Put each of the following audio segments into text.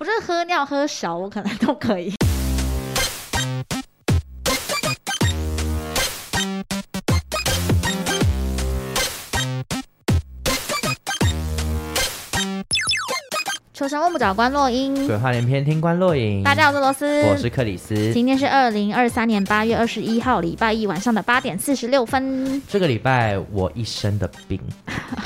我觉得喝尿喝少，我可能都可以。求神问不找关洛英，鬼话连篇，听官落嗯影。大家好，我是嗯罗斯，我是克里斯。今天是二零二三年八月二十一号，礼拜一晚上的八点四十六分。这个礼拜我一身的病，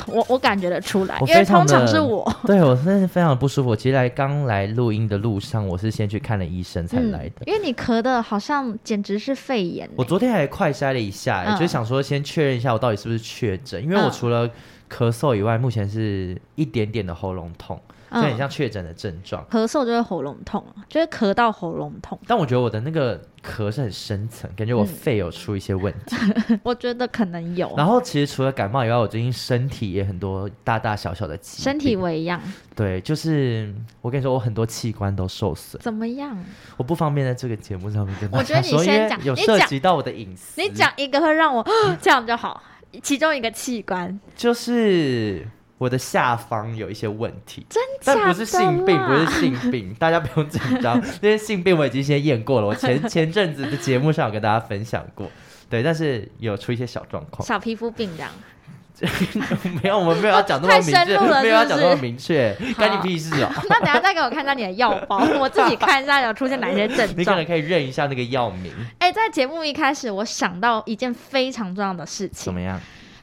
我我感觉得出来，我因为非常通常的是我。对我真的是非常不舒服。其实来刚来录音的路上，我是先去看了医生才来的。嗯，因为你咳的好像简直是肺炎欸、我昨天还快筛了一下、嗯就想说先确认一下我到底是不是确诊，因为我嗯除了咳嗽以外，目前是一点点的喉咙痛，嗯就很像确诊的症状。咳嗽就会喉咙痛，就会咳到喉咙痛。但我觉得我的那个咳是很深层，感觉我嗯哦肺有出一些问题。我觉得可能有，然后其实除了感冒以外，我最近身体也很多大大小小的疾病。身体我一样，对，就是我跟你说，我很多器官都受损，怎么样？我不方便在这个节目上面跟大我觉得家你说，因先为讲有你涉讲及到我的隐私。你讲一个会让我 这样就好，其中一个器官，就是我的下方有一些问题，真假但的啦？不是性病，不是性病，大家不用紧张。那些性病我已经先验过了，我前前阵子的节目上有跟大家分享过。对，但是有出一些小状况，小皮肤病这样。 没有，我们没有要讲那么哦太明深确，入了没有要是不讲那么是明确，干你屁事 哦！那等一下再给我看一下你的药 包，我自己看一下有出现哪些症你可状能。可以认一下那个药名，哎、在节目一开始，我想到一件非常重要的事情怎。么样？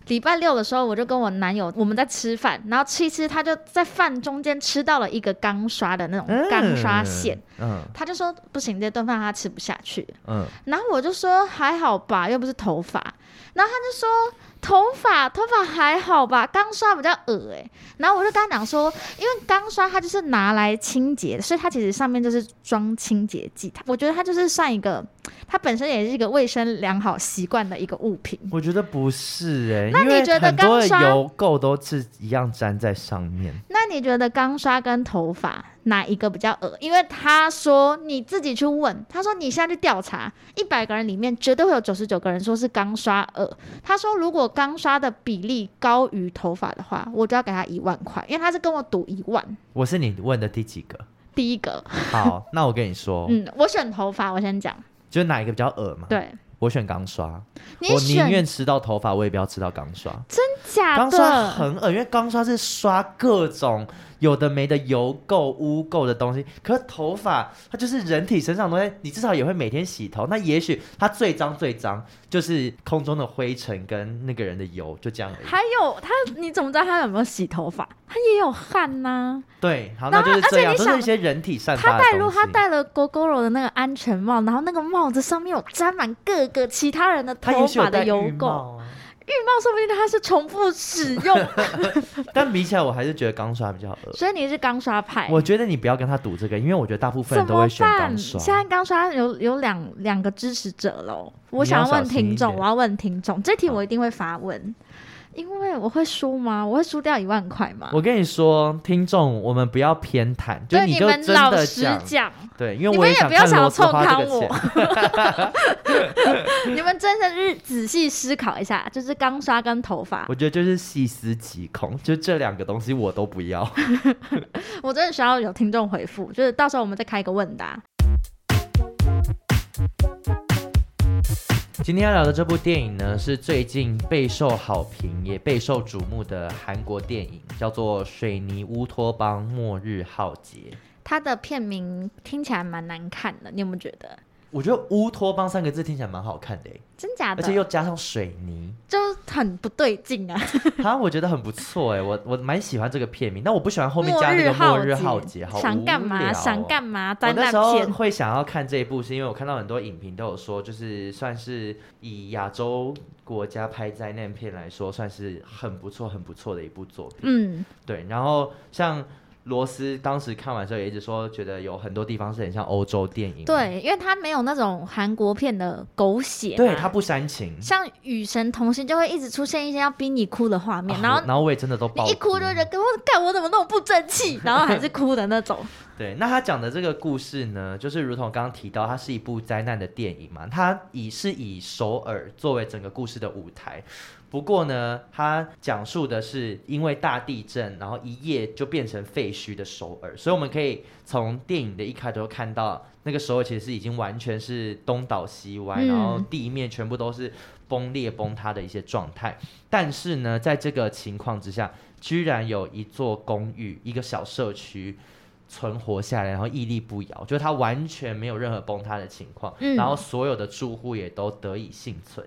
礼拜六的时候，我就跟我男友我们在吃饭，然后吃一吃，他就在饭中间吃到了一个钢刷的那种钢刷线，嗯，他就说不行，这顿饭他吃不下去。嗯然后我就说还好吧，又不是头发。然后他就说头发头发还好吧，钢刷比较恶哎、然后我就跟他讲说，因为钢刷它就是拿来清洁的，所以它其实上面就是装清洁剂。它我觉得它就是算一个，它本身也是一个卫生良好习惯的一个物品。我觉得不是哎、欸，那因你为觉得很多钢的刷油垢都是一样粘在上面。那你觉得钢刷跟头发哪一个比较恶？因为他说你自己去问，他说你现在去调查，一百个人里面绝对会有九十九个人说是钢刷恶。他说如果钢刷的比例高于头发的话，我就要给他一万块，因为他是跟我赌一万。我是你问的第几个？第一个， 好，那我跟你说，嗯，我选头发，我先讲。就是哪一个比较恶嘛？，对，我选钢刷，你我宁选哦愿吃到头发，我也不要吃到钢刷。假钢刷的，很恶，因为钢刷是刷各种有的没的油垢、污垢的东西。可是头发它就是人体身上的东西，你至少也会每天洗头。那也许它最脏最脏就是空中的灰尘跟那个人的油，就这样而已。还有他，你怎么知道他有没有洗头发？他也有汗呐、对，好，那然后就是而且这样，你都是想一些人体散他发的戴东如西他戴了 GoGoRo 的那个安全帽，然后那个帽子上面有沾满各个其他人的他头也许有发戴的油垢，浴浴帽帽啊，说不定他是重复使用， 但比起来，我还是觉得钢刷比较恶。所以你是钢刷派。我觉得你不要跟他赌这个，因为我觉得大部怎分人都么会选办？钢现刷在。钢刷有有两两个支持者喽。我你想要要问小心听一众，点我要问听众，这题好我一定会发问，因为我会输吗？我会输掉一万块吗？我跟你说，听众，我们不要偏袒，就对是你你就们真老的实讲，讲，对，因为你我们也想不要看想要罗斯冲花康这个我钱。你们真的是仔细思考一下，就是钢刷跟头发，我觉得就是细思极恐，就这两个东西我都不要。我真的需要有听众回复，就是到时候我们再开一个问答。今天要聊的这部电影呢，是最近备受好评也备受瞩目的韩国电影，叫做《水泥乌托邦末日浩劫》。它的片名听起来蛮难看的，你有没有觉得？我觉得“乌托邦”三个字听起来蛮好看的欸，真假而的且？又加上水泥，就很不对劲啊！哈，我觉得很不错哎，我我蛮喜欢这个片名，但我不喜欢后面末加那日个“末浩日劫，浩劫”，好想干嘛、无聊哦想干嘛？灾我那难时候片。会想要看这一部，是因为我看到很多影评都有说，就是算是以亚洲国家拍灾难片来说，算是很不错、很不错的一部作品。嗯，对，然后像罗斯当时看完之后也一直说，觉得有很多地方是很像欧洲电影，，对，因为它没有那种韩国片的狗血嘛、对，它不煽情。像《与神同行》就会一直出现一些要逼你哭的画面，啊然后我然后我也真的都爆你一哭就觉得我干我怎么那么不争气，然后还是哭的那种。 对，那他讲的这个故事呢，就是如同刚刚提到，它是一部灾难的电影嘛，它以是以首尔作为整个故事的舞台。不过呢，它讲述的是因为大地震，然后一夜就变成废墟的首尔，所以我们可以从电影的一开头看到，那个首尔其实是已经完全是东倒西歪，嗯然后地面全部都是崩裂崩塌的一些状态。但是呢，在这个情况之下，居然有一座公寓，一个小社区。存活下来，然后屹立不摇，就是它完全没有任何崩塌的情况，嗯然后所有的住户也都得以幸存。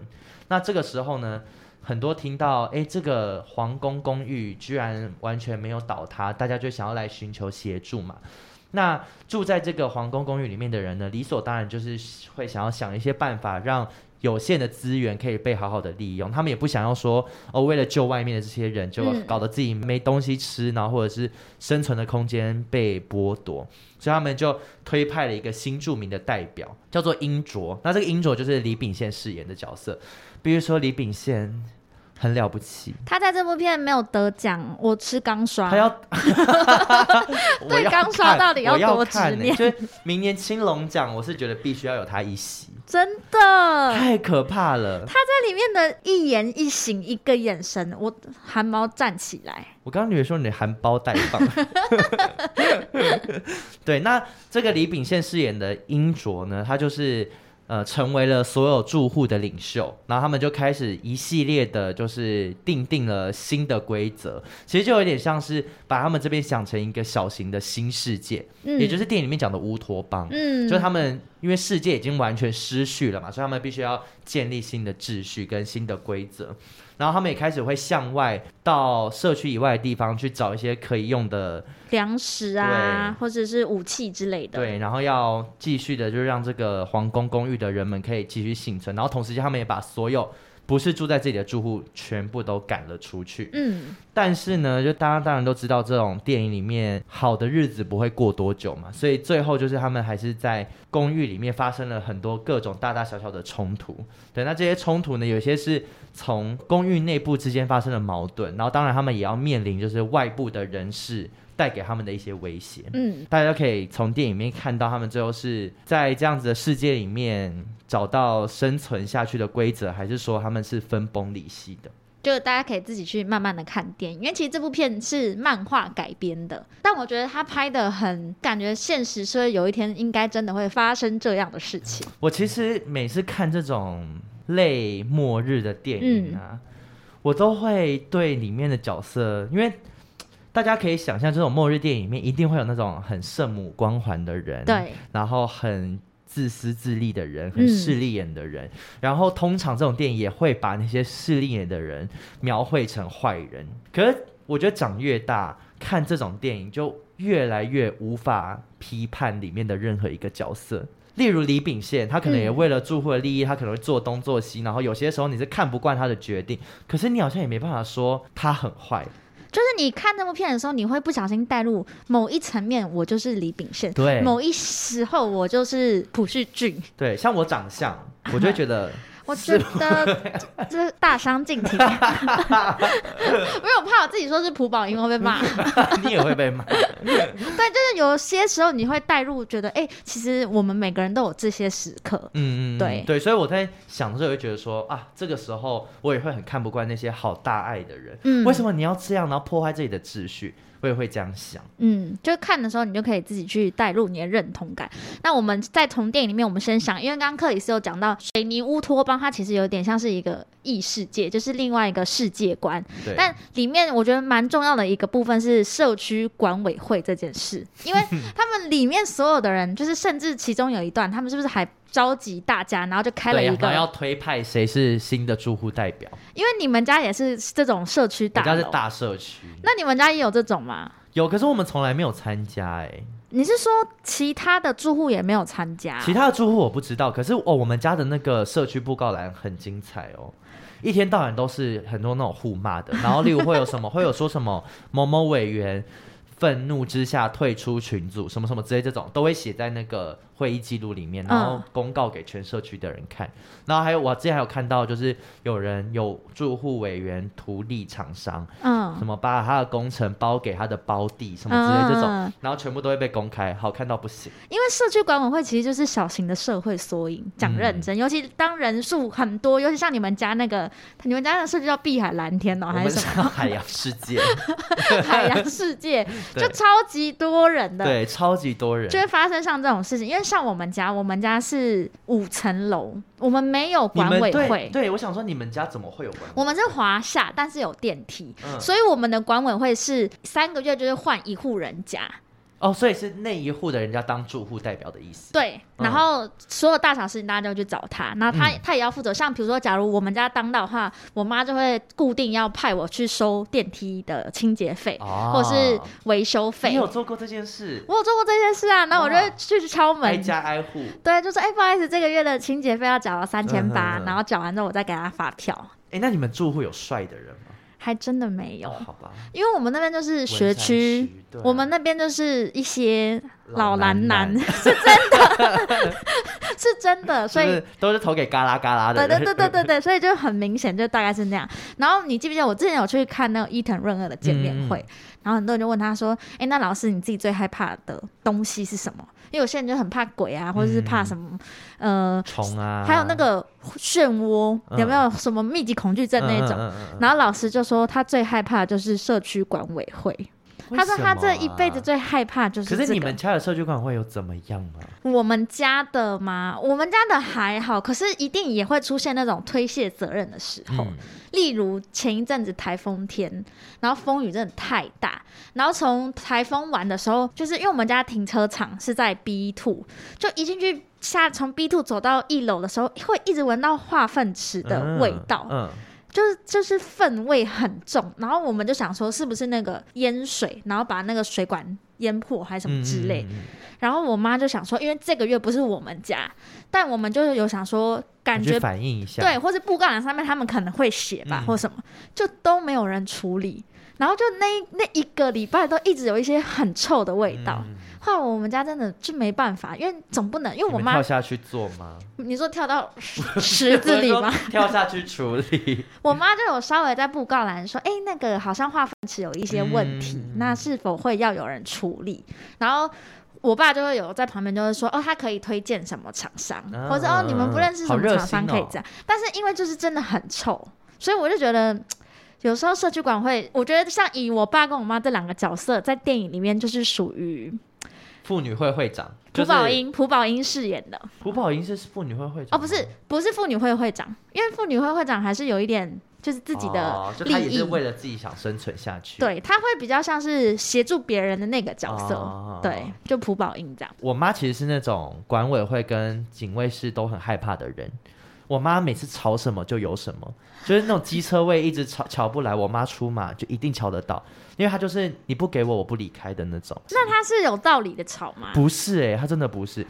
那这个时候呢，很多听到哎，诶这个皇宫公寓居然完全没有倒塌，大家就想要来寻求协助嘛。那住在这个皇宫公寓里面的人呢，理所当然就是会想要想一些办法，让有限的资源可以被好好的利用。他们也不想要说哦，为了救外面的这些人，就嗯搞得自己没东西吃，然后或者是生存的空间被剥夺，所以他们就推派了一个新著名的代表，叫做英卓。那这个英卓就是李秉宪饰演的角色。比如说李秉宪很了不起，他在这部片没有得奖，我吃钢刷 他。要 我对要啊刚刷看到底要我要多看执呢念就是明年青龙奖，我是觉得必须要有他一席，真的，太可怕了。他在里面的一言一行、一个眼神，我汗毛站起来。我刚刚女儿说你的含苞待放。 对，那这个李秉宪饰演的英卓呢，他就是呃成为了所有住户的领袖，然后他们就开始一系列的，就是定定了新的规则，其实就有点像是把他们这边想成一个小型的新世界，嗯也就是电影里面讲的乌托邦。嗯，就是他们因为世界已经完全失序了嘛，所以他们必须要建立新的秩序跟新的规则。然后他们也开始会向外到社区以外的地方去找一些可以用的，粮食啊，或者是武器之类的。对，然后要继续的，就是让这个皇宫公寓的人们可以继续幸存。然后同时间，他们也把所有不是住在这里的住户全部都赶了出去。嗯，但是呢，就大家当然都知道，这种电影里面好的日子不会过多久嘛，所以最后就是他们还是在公寓里面发生了很多各种大大小小的冲突。对，那这些冲突呢，有些是从公寓内部之间发生的矛盾，然后当然他们也要面临就是外部的人事带给他们的一些威胁。嗯，大家可以从电影里面看到，他们最后是在这样子的世界里面找到生存下去的规则，还是说他们是分崩离析的？就大家可以自己去慢慢的看电影，因为其实这部片是漫画改编的，但我觉得他拍的很感觉现实社会有一天应该真的会发生这样的事情。我其实每次看这种类末日的电影啊，我都会对里面的角色，因为大家可以想象，这种末日电影里面一定会有那种很圣母光环的人，，对，然后很自私自利的人，嗯很势利眼的人，然后通常这种电影也会把那些势利眼的人描绘成坏人。可是我觉得长越大，看这种电影就越来越无法批判里面的任何一个角色。例如李秉宪，他可能也嗯为了住户的利益，他可能会做东做西，然后有些时候你是看不惯他的决定，可是你好像也没办法说他很坏。就是你看这部片的时候，你会不小心带入某一层面，我就是李秉宪；对某一时候我就是朴叙俊。对，像我长相，我就会觉得我觉得这这大伤敬 体，因为我怕我自己说是朴宝英会被骂。你也会被骂。对，就是有些时候你会带入，觉得哎、诶其实我们每个人都有这些时刻。嗯嗯，嗯对对，所以我在想的时候，我就觉得说啊，这个时候我也会很看不惯那些好大爱的人，嗯为什么你要这样，然后破坏自己的秩序？我也会这样想。嗯，就看的时候，你就可以自己去带入你的认同感。那我们再从电影里面，我们先想，因为刚刚克里斯有讲到水泥乌托邦，它其实有点像是一个异世界，就是另外一个世界观。对，但里面我觉得蛮重要的一个部分是社区管委会这件 事，因为他们里面所有的人，就是甚至其中有一段，他们是不是还召集大家，然后就开了对，一然后要个，推派谁是新的住户代表，因为你们家也是这种社区我大家是楼大社区，那你们家也有这种吗？有，可是我们从来没有参加、哎、你是说其他的住户也没有参加？其他的住户我不知道，可是哦，我们家的那个社区布告栏很精彩哦。一天 到晚都是很多那种互骂的，然后例如会有什么，会有说什么某某委员愤怒之下退出群组，什么什么之类这种，都会写在那个会议记录里面，然后嗯公告给全社区的人看。然后还有我之前还有看到，就是有人有住户委员图利厂商，嗯什么把他的工程包给他的包地什么之类这种，嗯嗯嗯然后全部都会被公开，好看到不行。因为社区管委会其实就是小型的社会缩影，讲认嗯真，尤其当人数很多，尤其像你们家那个，你们家的社区叫碧海蓝天哦，我还们是什叫海洋世界， 么海洋世界，对就超级多人的，对，超级多人就。会发生像这种事情。因为像我们家，我们家是五层楼，我们没有你管们委对会，对，我想说你们家怎么会有管委会？我们是华夏，但是有电梯。嗯所以我们的管委会是三个月就是换一户人家，哦，所以是那一户的人家当住户代表的意思。对，嗯然后所有大小事情大家都去找他，然后他、嗯他也要负责。像比如说，假如我们家当到的话，我妈就会固定要派我去收电梯的清洁费、哦或是维修你费。有做过这件事？我有做过这件事啊，然后我就会哇去敲挨门。家挨户，对，就说哎、不好意思，这个月的清洁费要缴到三千八嗯嗯，嗯然后缴完之后我再给他发票，哎，那你们住户有帅的人吗？还真的没有哦，好吧，因为我们那边就是文学山区，区对啊我们那边就是一些老男男男， 是真的， 是真的，所以就是都是投给嘎啦嘎啦对的人。对对对对对，所以就很明显，就大概是那样。然后你记不记得我之前有去看那个伊藤润二的见面嗯会，然后很多人就问他说：“哎，那老师你自己最害怕的东西是什么？”因为有些人就很怕鬼啊，或者是嗯怕什么，呃，虫啊，还有那个漩涡，嗯有没有什么密集恐惧症那种？嗯。嗯嗯嗯嗯然后老师就说他最害怕的就是社区管委会，他说他这一辈子。最害怕就为是、什这么啊个。啊可是你们家的社区管委会有怎么样吗？我们家的吗？我们家的还好，可是一定也会出现那种推卸责任的时候。嗯例如前一阵子台风天，然后风雨真的太大，然后从台风完的时候，就是因为我们家停车场是在 B two，就一进去下从 B two 走到一楼的时候，会一直闻到化粪池的味道，嗯，嗯就是就是粪味很重。然后我们就想说是不是那个淹水，然后把那个水管淹破还是什么之类的。嗯嗯嗯嗯然后我妈就想说，因为这个月不是我们家，但我们就是有想说感你觉去反映一下。对，或是布告栏上面他们可能会写吧，嗯或什么，就都没有人处理。然后就那一那一个礼拜都一直有一些很臭的味嗯，道。嗯后来我们家真的就没办法，因为总不能因为你我们妈跳，下去做吗？你说跳到 池子里吗？？跳下去处理。我妈就有稍微在布告栏说，哎、那个好像化粪池有一些问题，嗯那是否会要有人处理？然后。我爸就会有在旁边，就会说哦，他可以推荐什么厂商，啊或者哦你们不认识什好么热哦心厂商可以这样。但是因为就是真的很臭，所以我就觉得嘖有时候社区管会，我觉得像以我爸跟我妈这两个角色在电影里面就是属于妇女会会长， 朴就是宝英，朴宝英饰演的朴宝英是妇女会会哦，长不吗是不是妇女会会长，因为妇女会会长还是有一点就是自己的哦就他利也益，是为了自己想生存下去。，对，他会比较像是协助别人的那个角色，哦对，就朴宝英这样。我妈其实是那种管委会跟警卫室都很害怕的人。我妈每次吵什么就有什么，就是那种机车位一直吵瞧不来，我妈出马就一定瞧得到，因为她就是你不给我我不离开的那种。那他是有道理的吵吗？不是哎、欸，他真的不是。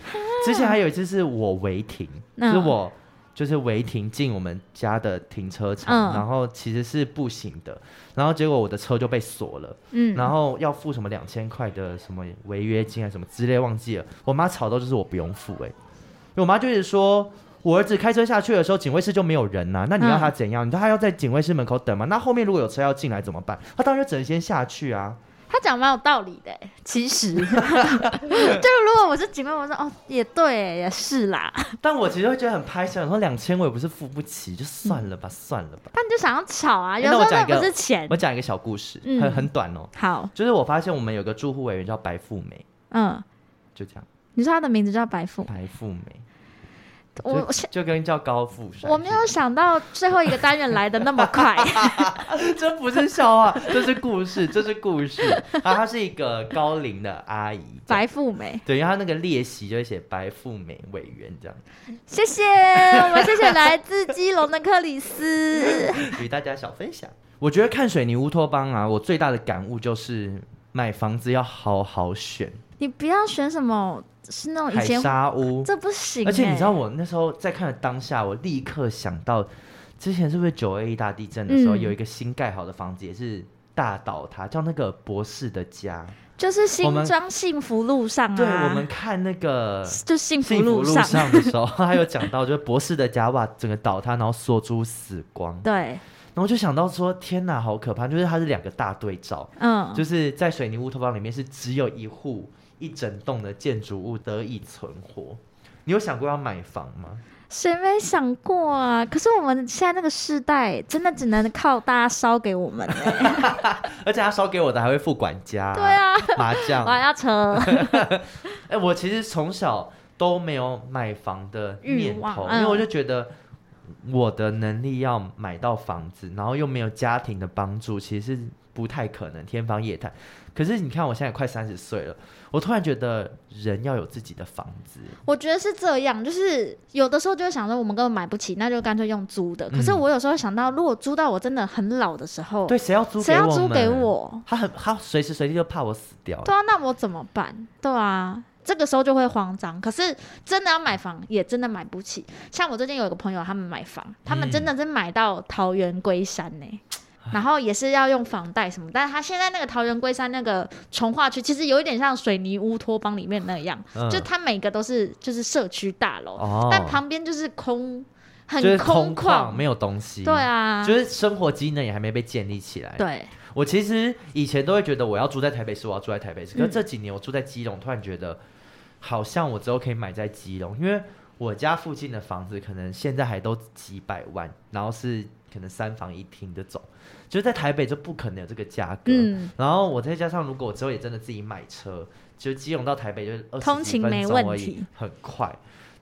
之前还有一次是我违停，就是嗯我就是违停进我们家的停车嗯场，然后其实是不行的，然后结果我的车就被锁了，嗯，然后要付什么两千块的什么违约金啊什么之类忘记了，我妈吵到就是我不用付哎、欸，因为我妈就是说。我儿子开车下去的时候，警卫室就没有人呐、啊那嗯你要他怎样？你说他要在警卫室门口等吗？那后面如果有车要进来怎么办？他当然就只能先下去啊。他讲蛮有道理的欸，其 实 就如果我是姐妹，我说哦，也对欸，也是啦， 但我其实会觉得很拍想说两千我也不是付不起，就算嗯了吧，算了吧。但你就想要吵啊，有哎那时我候讲那一个不是钱我。讲一个小故事，嗯很很短哦。好，就是我发现我们有个住户委员叫白富美，嗯，就这样，你说他的名字叫白富，白富美，我就我就跟叫高富帅。我没有想到最后一个单元来的那么 快，这不是笑话，这是故事， 这是故事。啊，她是一个高龄的阿姨，白富美，对，然后她那个列席就会写白富美委员这样，谢 谢，我们谢谢来自基隆的克里斯。与大家小分享。我觉得看水泥乌托邦啊，我最大的感悟就是买房子要好好选，你不要选什么是那种海哦以前沙屋，这不行欸、而且你知道，我那时候在看的当下，我立刻想到，之前是不是九二一大地震的时候，嗯有一个新盖好的房子也是大倒塌，叫那个博士的家。就是我新们装幸福路上啊，对我们看那个就幸福幸福路路上的时候， 他有讲到，就是博士的假发整个倒塌，然后所有猪死光，对，然后就想到说，天哪，好可怕！就是它是两个大对照，嗯，就是在水泥乌托邦里面是只有一户一整栋的建筑物得以存活。你有想过要买房吗？谁没想过啊？可是我们现在那个世代，真的只能靠大家烧给我们、欸。而且他烧给我的还会付管家， 对，啊，麻将。我还哎、要 扯。我其实从小都没有买房的念欲望头，嗯因为我就觉得我的能力要买到房子，然后又没有家庭的帮助，其实是不太可能，天方夜谭。可是你看，我现在快三十岁了，我突然觉得人要有自己的房子。我觉得是这样，就是有的时候就会想说我们根本买不起，那就干脆用租的。可是嗯我有时候想到，如果租到我真的很老的时候，对，谁要租？哦谁要租给我我们？？他很，他随时随地就怕我死掉。对啊，那我怎么办？对啊，这个时候就会慌张。可是真的要买房，也真的买不起。像我最近有一个朋友，他们买房，他们真的是买到桃园龟山呢、嗯然后也是要用房贷什么，但是他现在那个桃园龟山那个从化区，其实有一点像水泥乌托邦里面那样，嗯就它每个都是就是社区大楼，哦但旁边就是空，很就是空空旷，没有东西。对。啊，就是哎生活机能也还没被建立起来。对，我其实以前都会觉得我要住在台北市，我要住在台北市。可是嗯这几年我住在基隆，突然觉得好像我之后可以买在基隆，因为我家附近的房子可能现在还都几百万，然后是可能三房一厅这种，就是在台北就不可能有这个价格。嗯，然后我再加上，如果我之后也真的自己买车，就基隆到台北就是二十通勤没问题，很快。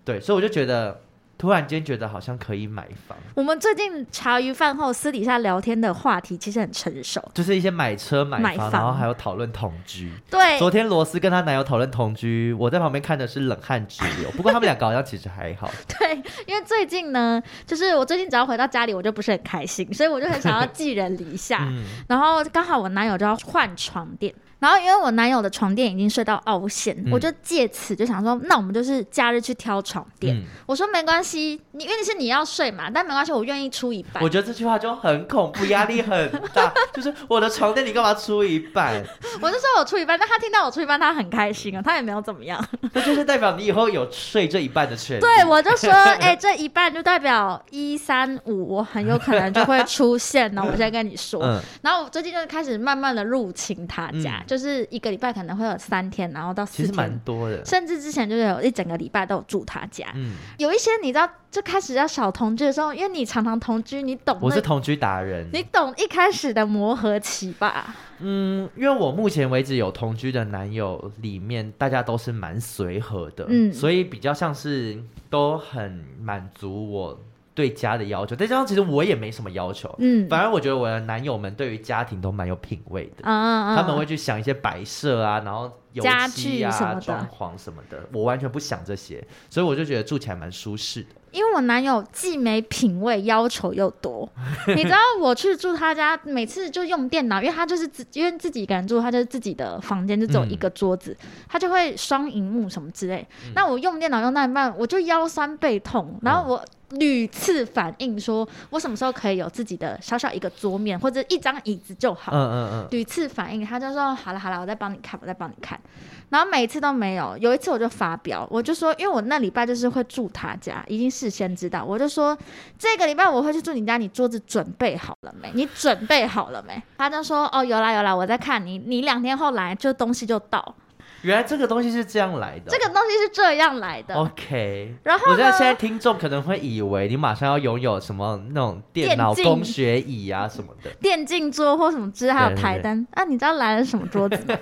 对，所以我就觉得突然间觉得好像可以买房，我们最近茶余饭后私底下聊天的话题其实很成熟，就是一些买车、买买然后房还有讨论同居。对，昨天罗斯跟她男友讨论同居，我在旁边看的是冷汗直 流。不过他们两个好像其实还好，对，因为最近呢，就是我最近只要回到家里，我就不是很开心，所以我就很想要寄人 篱下。嗯，然后刚好我男友就要换床垫，然后因为我男友的床垫已经睡到凹陷，嗯我就借此就想说，那我们就是假日去挑床垫。嗯我说没关系，你因为是你要睡嘛，但没关系，我愿意出一半我。觉得这句话就很恐怖，压力很大。就是我的床垫你干嘛出一 半？我就说我出一半，但他听到我出一半，他很开心啊，他也没有怎么样。那就是代表你以后有睡这一半的权利。对，我就说，哎、这一半就代表一三五，我很有可能就会出现呢。我先跟你说，嗯，然后我最近就开始慢慢的入侵他家，嗯就是一个礼拜可能会有三天，然后到其四实蛮天，多的。甚至之前就是有一整个礼拜都有住他家。嗯，有一些你知道，就开始要小同居的时候，因为你常常同居，你懂我那是，同居达人。你懂一开始的磨合期吧？嗯，因为我目前为止有同居的男友里面，大家都是蛮随和的，嗯所以比较像是都很满足我对家的要求。再加上其实我也没什么要求，嗯，反而我觉得我的男友们对于家庭都蛮有品味的。嗯他们会去想一些摆设啊，然后油家漆具什么啊、的装潢什么的，我完全不想这些，所以我就觉得住起来蛮舒适的。因为我男友既没品味，要求又多。你知道我去住他家，每次就用电脑，因为他就是自因为自己一个人住，他就是自己的房间就只有一个桌子，他就会双荧幕什么之类。那我用电脑用到一半，我就腰酸背痛，然后我。屡次反映说，我什么时候可以有自己的小小一个桌面或者一张椅子就好。嗯嗯嗯，屡次反映，他就说好了好了，我再帮你看，我再帮你看。然后每一次都没有，有一次我就发飙，我就说，因为我那礼拜就是会住他家，已经事先知道，我就说这个礼拜我会去住你家，你桌子准备好了没？你准备好了没？他就说哦，有啦有啦，我在看你，你两天后来就东西就到， 原来这个东西是这样来的。这个东西是这样来的。 OK， 然后我觉呢得现在听众可能会以为你马上要拥有什么那种电脑电竞工学椅啊什么 的，电竞桌或什么之类，还有对对台对灯。啊，你知道来了什么桌子 吗？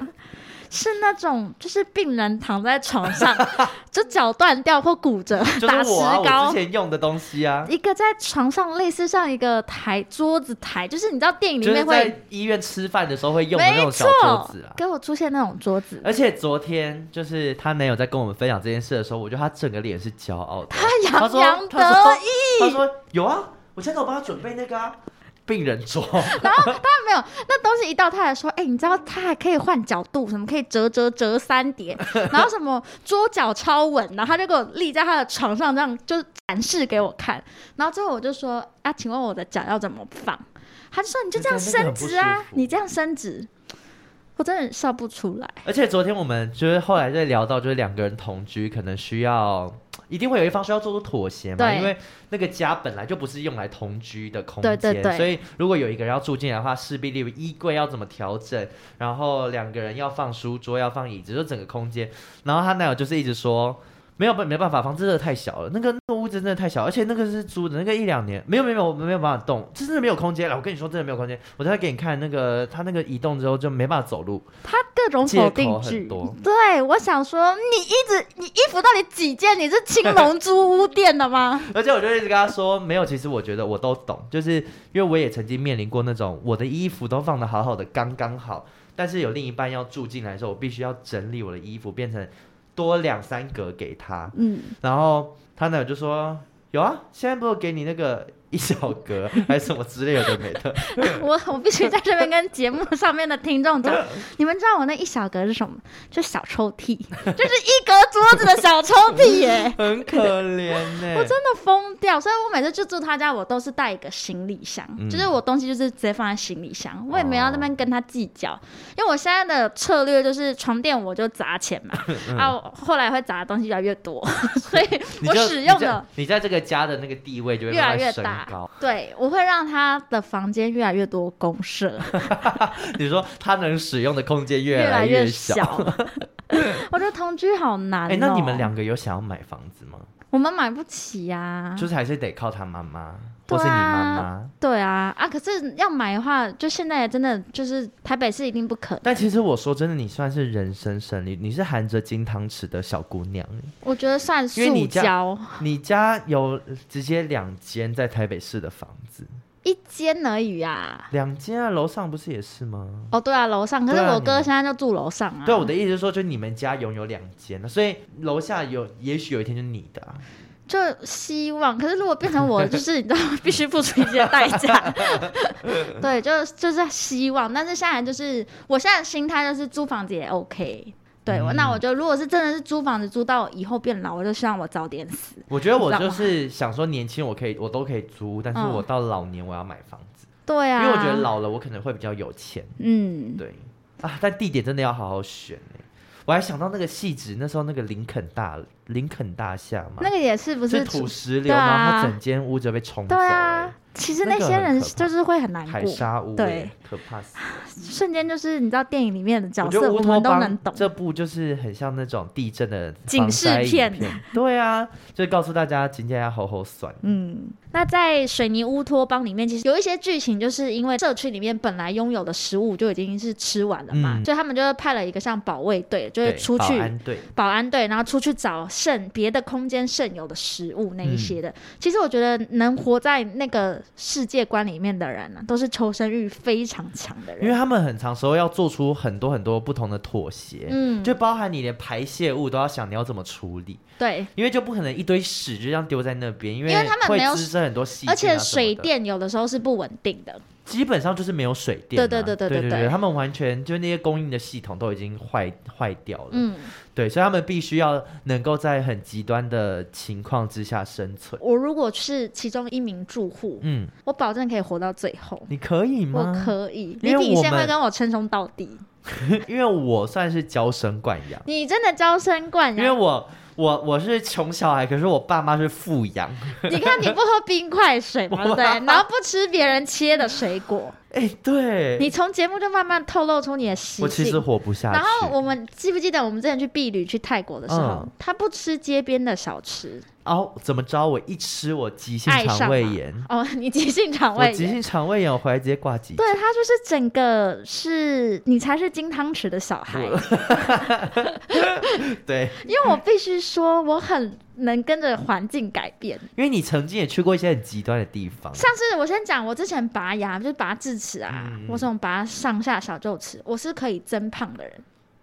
是那种就是病人躺在床 上，就脚断掉或骨折，打就是石我啊，我膏之。前用的东西啊，一个在床上类似像一个台桌子台，就是你知道电影里就是面会在医院吃饭的时候会用的那没种小错桌子啊。哎给我出现那种桌子，而且昨天就是她男友在跟我们分享这件事的时候，我觉得她整个脸是骄傲的，他她洋说洋得她说意。她说有啊，我现在有帮她准备那个啊病人桌，他没有那东西一到，他还说：“哎、你知道他还可以换角度，什么可以折折折三 叠，然后什么桌角超稳。”然后他就给我立在他的床上，这样就是展示给我看。然后最后我就说：“啊，请问我的脚要怎么放？”他就说：“你就这样伸直对那个很啊不舒，服 你这样伸直。”我真的笑不出来。而且昨天我们就是后来在聊到，就是两个人同居可能需要。一定会有一方需要做出妥协嘛，对因为那个家本来就不是用来同居的空对间，对对所以如果有一个人要住进来的话，势必例如衣柜要怎么调整，然后两个人要放书桌，要放椅子，就整个空间。然后她男友就是一直说。没有办没办法，房子真的太小了，那个那个屋子真的太小，而且那个是租的，那个一两年没有没有没有我们没有办法动，这真的没有空间了。我跟你说，真的没有空间。我再给你看那个他那个移动之后就没办法走路，他各种借否口定句很多，对我想说，你一直你衣服到底几件？你是青龙租屋店的吗？而且我就一直跟他说，没有，其实我觉得我都懂，就是因为我也曾经面临过那种我的衣服都放的好好的，刚刚好，但是有另一半要住进来的时候，我必须要整理我的衣服，变成多两三格给他。嗯， 然后他呢就说，有啊，现在不是给你那个一小格还是什么之类的 没的，。我我必须在这边跟节目上面的听众讲，你们知道我那一小格是什么？就小抽屉， 就是一格桌子的小抽屉耶 很可怜呢、我真的疯掉，所以我每次去住他家，我都是带一个行李箱，嗯哦就是我东西就是直接放在行李箱，我也没有要那边跟他计较，因为我现在的策略就是床垫我就砸钱嘛，啊，我后来会砸的东西越来越多，所以嗯你我就使用你在的你在这个家的那个地位就会越来慢慢越升大高。，对，我会让他的房间越来越多公设，你说他能使用的空间越来来越小。 我觉得同居好难、哦。哎、那你们两个有想要买房子吗？我们买不起呀、啊。就是还是得靠他妈妈、对啊或是你妈妈。对啊，啊，可是要买的话，就现在真的就是台北市一定不可能。但其实我说真的，你算是人生胜利，你是含着金汤匙的小姑娘。我觉得算塑因为你这胶你家有直接两间在台北市的房子，一间而已啊。两间啊，楼上不是也是吗？哦，对啊，楼上，可是对啊我你哥现在就住楼上啊。对，我的意思是说，就你们家拥有两间啊，所以楼下有，也许有一天就是你的、啊。就希望，可是如果变成我，就是你 知道，必须付出一些代价。对，就就是希望，但是现在就是我现在的心态就是租房子也 OK。对，嗯我、那我就如果是真的是租房子租到以后变老，我就希望我早点死。我觉得我你知道就吗是想说，年轻我可以，我都可以租，但是嗯我到老年我要买房子，对啊，因为我觉得，老了我可能会比较有钱。嗯，对啊，但地点真的要好好选欸我还想到那个细致，那时候那个林肯大林肯大厦嘛，那个也是不是是土出石对流，啊然后它整间屋子被冲走对欸啊，，其实那那个些很人可怕就是会很难海过，沙屋欸，对可怕死了。瞬间就是你知道电影里面的角我觉色，得我乌托们都能邦懂。这部就是很像那种地震的警防示灾影片对啊，就是告诉大家，今天要好好算。嗯，那在水泥乌托邦里面，其实有一些剧情，就是因为社区里面本来拥有的食物就已经是吃完了嘛，嗯所以他们就会派了一个像保卫队，就对，是出保去安队，保安队，然后出去找剩别的空间剩有的食物嗯那一些的。其实我觉得能活在那个世界观里面的人呢、啊都是求生欲非常强的因为人。他们很长时候要做出很多很多不同的妥协，嗯，就包含你连排泄物都要想你要怎么处理。对，因为就不可能一堆屎就这样丢在那边，因为因为他们会没有滋生很多细菌、啊，而且水，电有的时候是不稳定的。基本上就是没有水电、啊，对对对对对对对对他们完全就那些供应的系统都已经坏坏掉了，嗯，对，所以他们必须要能够在很极端的情况之下生存。我如果是其中一名住户，嗯，我保证可以活到最后。你可以我吗？可以，因为你底我线会们跟我称兄道弟， 因为我算是娇生惯养，你真的娇生惯因为养。我我我是穷小孩，可是我爸妈是富 养。你看你不喝冰块水 嘛，对不对？然后不吃别人切的水果，哎、对，你从节目就慢慢透露出你的习我其实性。活不下去。然后我们记不记得我们之前去避旅去泰国的时候，嗯他不吃街边的小吃，哦，怎么着？我一吃我急性爱上肠胃嘛炎。哦， 你急性肠我胃急炎。性肠胃炎，我回来直接挂急诊。对他就是整个是你才是金汤匙的小孩，对，因为我必须说我很能跟着环境改变，因为你曾经也去过一些很极端的地方，上次我先讲，我之前拔牙就是拔智齿啊，嗯我这种拔上下小臼齿，我是可以增胖的人，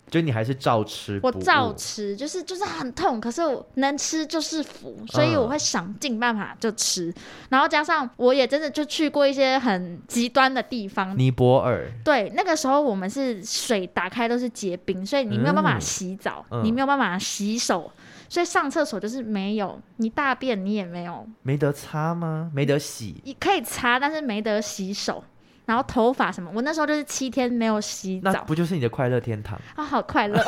就你还是照吃不我误，照吃，就是就是很痛，可是我能吃就是福，所以我会想尽办法就吃，然后加上我也真的就去过一些很极端的地方。尼泊尔，对，那个时候我们是水打开都是结冰，所以你没有办法嗯洗澡，嗯你没有办法洗手，所以上厕所就是没有，你大便你也没有没得擦吗？没得洗，你可以擦，但是没得洗手。然后头发什么，我那时候就是七天没有洗那澡，不就是你的快乐天堂？啊，好快 乐，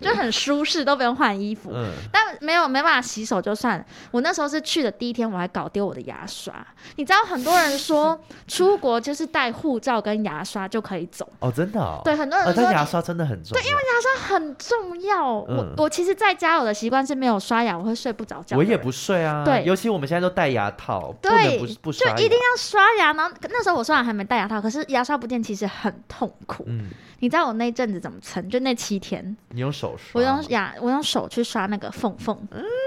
就很舒适，都不用换衣服。嗯，但没有没办法洗手就算了。我那时候是去的第一天，我还搞丢我的牙刷。你知道很多人说出国就是带护照跟牙刷就可以走，哦，真的哦。对，很多哦，人说但你牙刷真的很重要。对，因为牙刷很重要。嗯我我其实在家我的习惯是没有刷牙我会睡不着觉的我人，也不睡啊。对尤其我们现在都戴牙套，不能对不不就刷牙。一定要刷牙。然后那时候我虽然还没戴牙套，可是牙刷不见其实很痛苦。嗯，你知道我那一阵子怎么撑？就那七天，你用手刷。我用。牙，我用手去刷那个缝缝，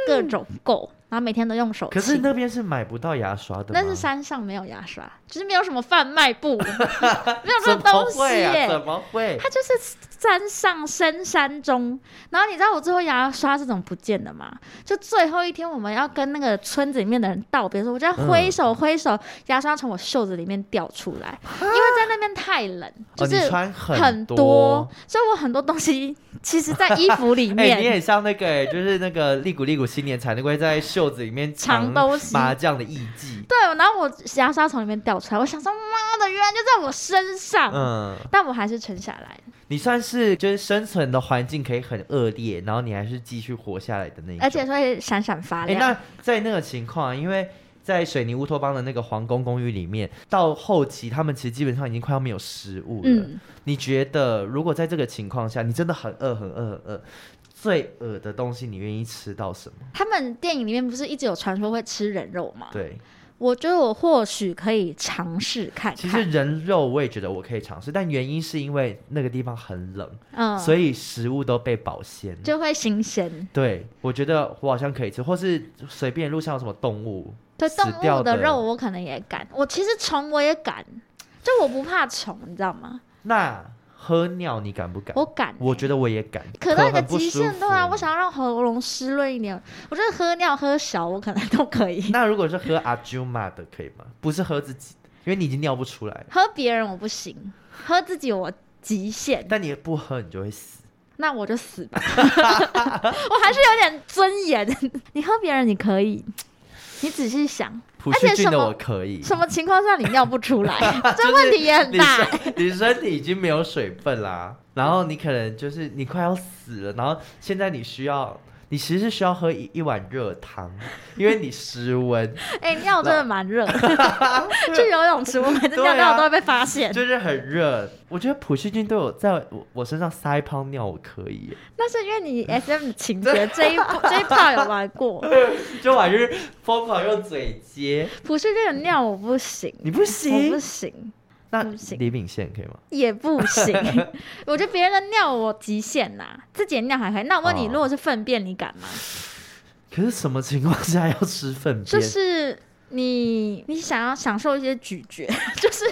各种垢，然后每天都用手。嗯可是那边是买不到牙刷的吗。但是山上没有牙刷，就是没有什么贩卖 部，没有这怎种东么西会耶啊？。怎么会？它就是山上深山中，然后你知道我最后牙刷是怎么不见的吗？就最后一天我们要跟那个村子里面的人道别的时候，我就要嗯挥手挥手，牙刷从我袖子里面掉出来，因为在那边太冷，就哦，你是穿很多。所以我很多东西其实在衣服里 哎、你面也像那个、哎，就是那个利古利古新年才能会在袖子里面藏藏东西。麻将的艺伎。对，然后我牙刷从里面掉出来，我想说，妈的，原来就在我身上。嗯，但我还是撑下来了，你算是就是生存的环境可以很恶劣，然后你还是继续活下来的那一种。而且会闪闪发哎、亮。那在那个情况啊，因为在水泥乌托邦的那个皇宫公寓里面，到后期他们其实基本上已经快要没有食物了。嗯，你觉得如果在这个情况下，你真的很饿、很饿、很饿，最恶的东西你愿意吃到什么？他们电影里面不是一直有传说会吃人肉吗？对，我觉得我或许可以尝试看其实看。人肉我也觉得我可以尝试，但原因是因为那个地方很冷，嗯，所以食物都被保鲜。就会新鲜。对，我觉得我好像可以吃，或是随便路上有什么动物，对死动掉物的的肉，我可能也敢。我其实虫我也敢，就我不怕虫，你知道吗？那喝尿你敢不敢？我敢欸、我觉得我也敢，可到一个很不极舒限，对啊，服我想要让喉咙湿润一点。我觉得喝尿喝小，我可能都可以。那如果是喝阿舅妈的可以吗？不是喝自己的，因为你已经尿不出来了，喝别人我不行，喝自己我极限，但你不喝你就会死。那我就死吧。 我还是有点尊严。 你喝别人你可以，你仔细想，普而且世俊什的么我可以，什么情况下你尿不出来？ 这问题也很 你大。身你身体已经没有水分啦，然后你可能就是你快要死了，然后现在你需要。你其实是需要喝一一碗热汤，因为你 失温，哎、尿真的蛮热， 去游泳池我每次尿尿都会被发现。啊就是很热。我觉得普世俊对我在我我身上撒一泡尿，我可以耶，那是因为你 S M 情节这一 这一 part 有玩过，就我还是疯狂用嘴接。不是这种尿我不行，你不我行不，行，那不嗯行李秉宪可以吗？也不 行。我觉得别人的尿我极限啦、自己的尿还可以。那我问你，哦如果是粪便，你敢吗？可是什么情况下要吃粪就便？是你你想要享受一些咀嚼， 就是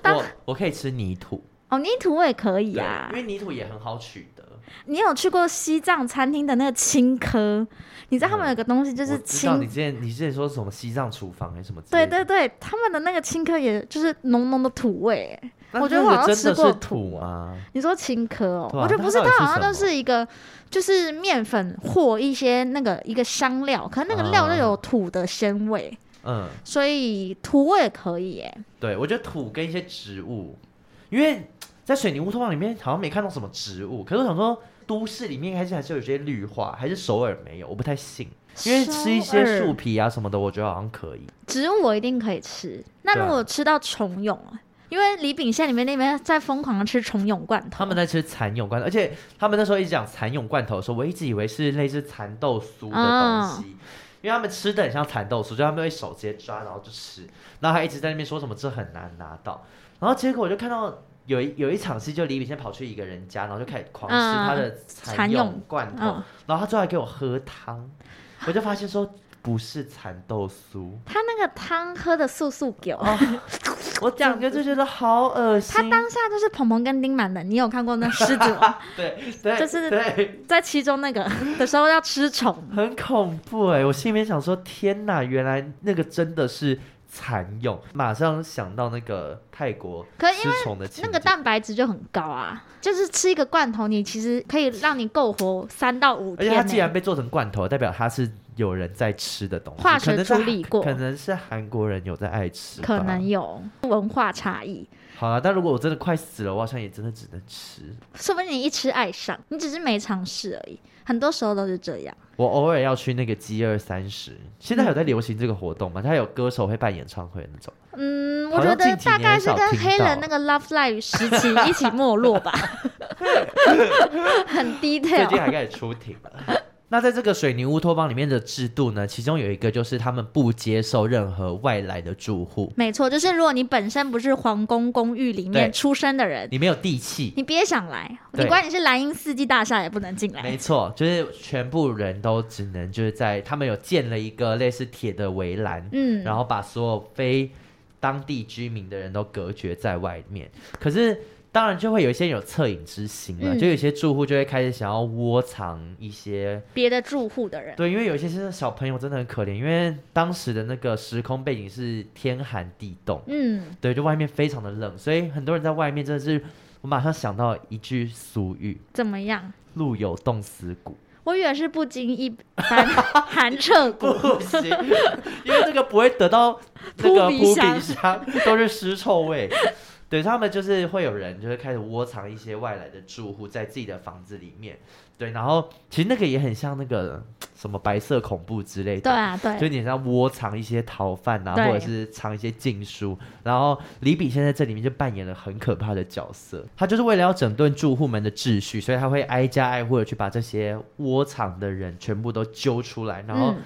当我我可以吃泥土，哦泥土我也可以对啊因。为泥土也很好取得。你有去过西藏餐厅的那个青稞？你知道他们有个东西就我是知道青你之前你之前说什么西藏厨房还是什么之类对的？对对，他们的那个青稞也就是浓浓的土味。欸那我觉得那我好个像真吃的过是土啊，你说青稞哦，对啊我就不是，它到底它是好像都什么是一个就是面粉或一些那个一个香料，可能那个料就啊有土的鲜味，嗯，所以土味可以耶。对，我觉得土跟一些植物，因为在水泥乌托邦里面好像没看到什么植物，可是我想说都市里面还是还是有一些绿化，还是首尔没有，我不太信，因为吃一些首树尔皮啊什么的，我觉得好像可以。植物我一定可以吃。那对啊如果吃到虫蛹啊，因为李秉宪里面那边在疯狂的吃虫蛹罐头，他们在吃蚕蛹罐头，而且他们那时候一直讲蚕蛹罐头的时候，我一直以为是类似蚕豆酥的嗯东西，因为他们吃的很像蚕豆酥，就他们会手直接抓，然后就吃，然后还一直在那边说什么这很难拿到，然后结果我就看到有一有一场戏，就李炳先跑去一个人家，然后就开始狂吃嗯他的蚕蛹罐头，嗯然后他最后还给我喝汤，我就发现说不是蚕豆酥，他那个汤喝的素素狗，我整个就觉得好恶心他，当下就是鹏鹏跟丁满的，你有看过那狮子 王对对，就是对。在其中那个的时候要吃虫。欸很恐怖哎、我心里面想说，天哪，原来那个真的是蚕蛹，马上想到那个泰国可呃因吃虫的情那个景蛋白质就很高啊，就是吃一个罐头，你其实可以让你够活三到五天、而欸且呢。它既然被做成罐头，代表它是有人在吃的东西，化可学能是处理过可能是韩国人有在爱吃吧，可能有文化差异，好了。但如果我真的快死了，我好像也真的只能吃。说不定你一吃爱上，你只是没尝试而已。很多时候都是这样。我偶尔要去那个饥饿三十，现在有在流行这个活动吗？它有歌手会办演唱会那种，嗯，我好觉像得近几大年概很是少跟听黑人到那个 Love Live 时期 一起没落吧，很最近 detail。还开始出庭了。 那在这个水泥乌托邦里面的制度呢，其中有一个就是他们不接受任何外来的住户，没错，就是如果你本身不是皇宫公寓里面对出生的人，你没有地契，你别想来，你对管你是蓝鹰四季大厦也不能进来没。错，就是全部人都只能就是在他们有建了一个类似铁的围栏，嗯，然后把所有非当地居民的人都隔绝在外面。可是当然就会有一些人有恻隐之心了，嗯就有些住户就会开始想要窝藏一些，别的住户的人，对，因为有一些是小朋友真的很可怜，因为当时的那个时空背景是天寒地冻，嗯，对，就外面非常的冷，所以很多人在外面真的是，我马上想到一句俗语怎么样？ “路有冻死 骨”。我以为是不经意 翻寒彻 骨，不行，因为那个不会得到那个扑鼻扑鼻香香，都是尸臭味。对他们就是会有人就是开始窝藏一些外来的住户在自己的房子里面，对，然后其实那个也很像那个什么白色恐怖之类的，对啊，就对，你像窝藏一些逃犯啊，对或者是藏一些禁书，然后李炳宪在这里面就扮演了很可怕的角色。他就是为了要整顿住户们的秩序，所以他会挨家挨户的去把这些窝藏的人全部都揪出来，然后嗯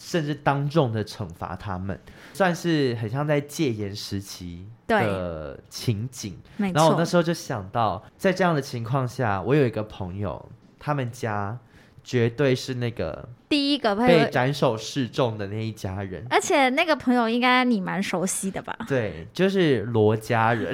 甚至当众的惩罚他们，算是很像在戒严时期对的情景。没然后我错，那时候就想到，在这样的情况下，我有一个朋友，他们家绝对是那个第一个被会，斩首示众的那一家人。而且那个朋友应该你蛮熟悉的吧？ 对，就是罗家人，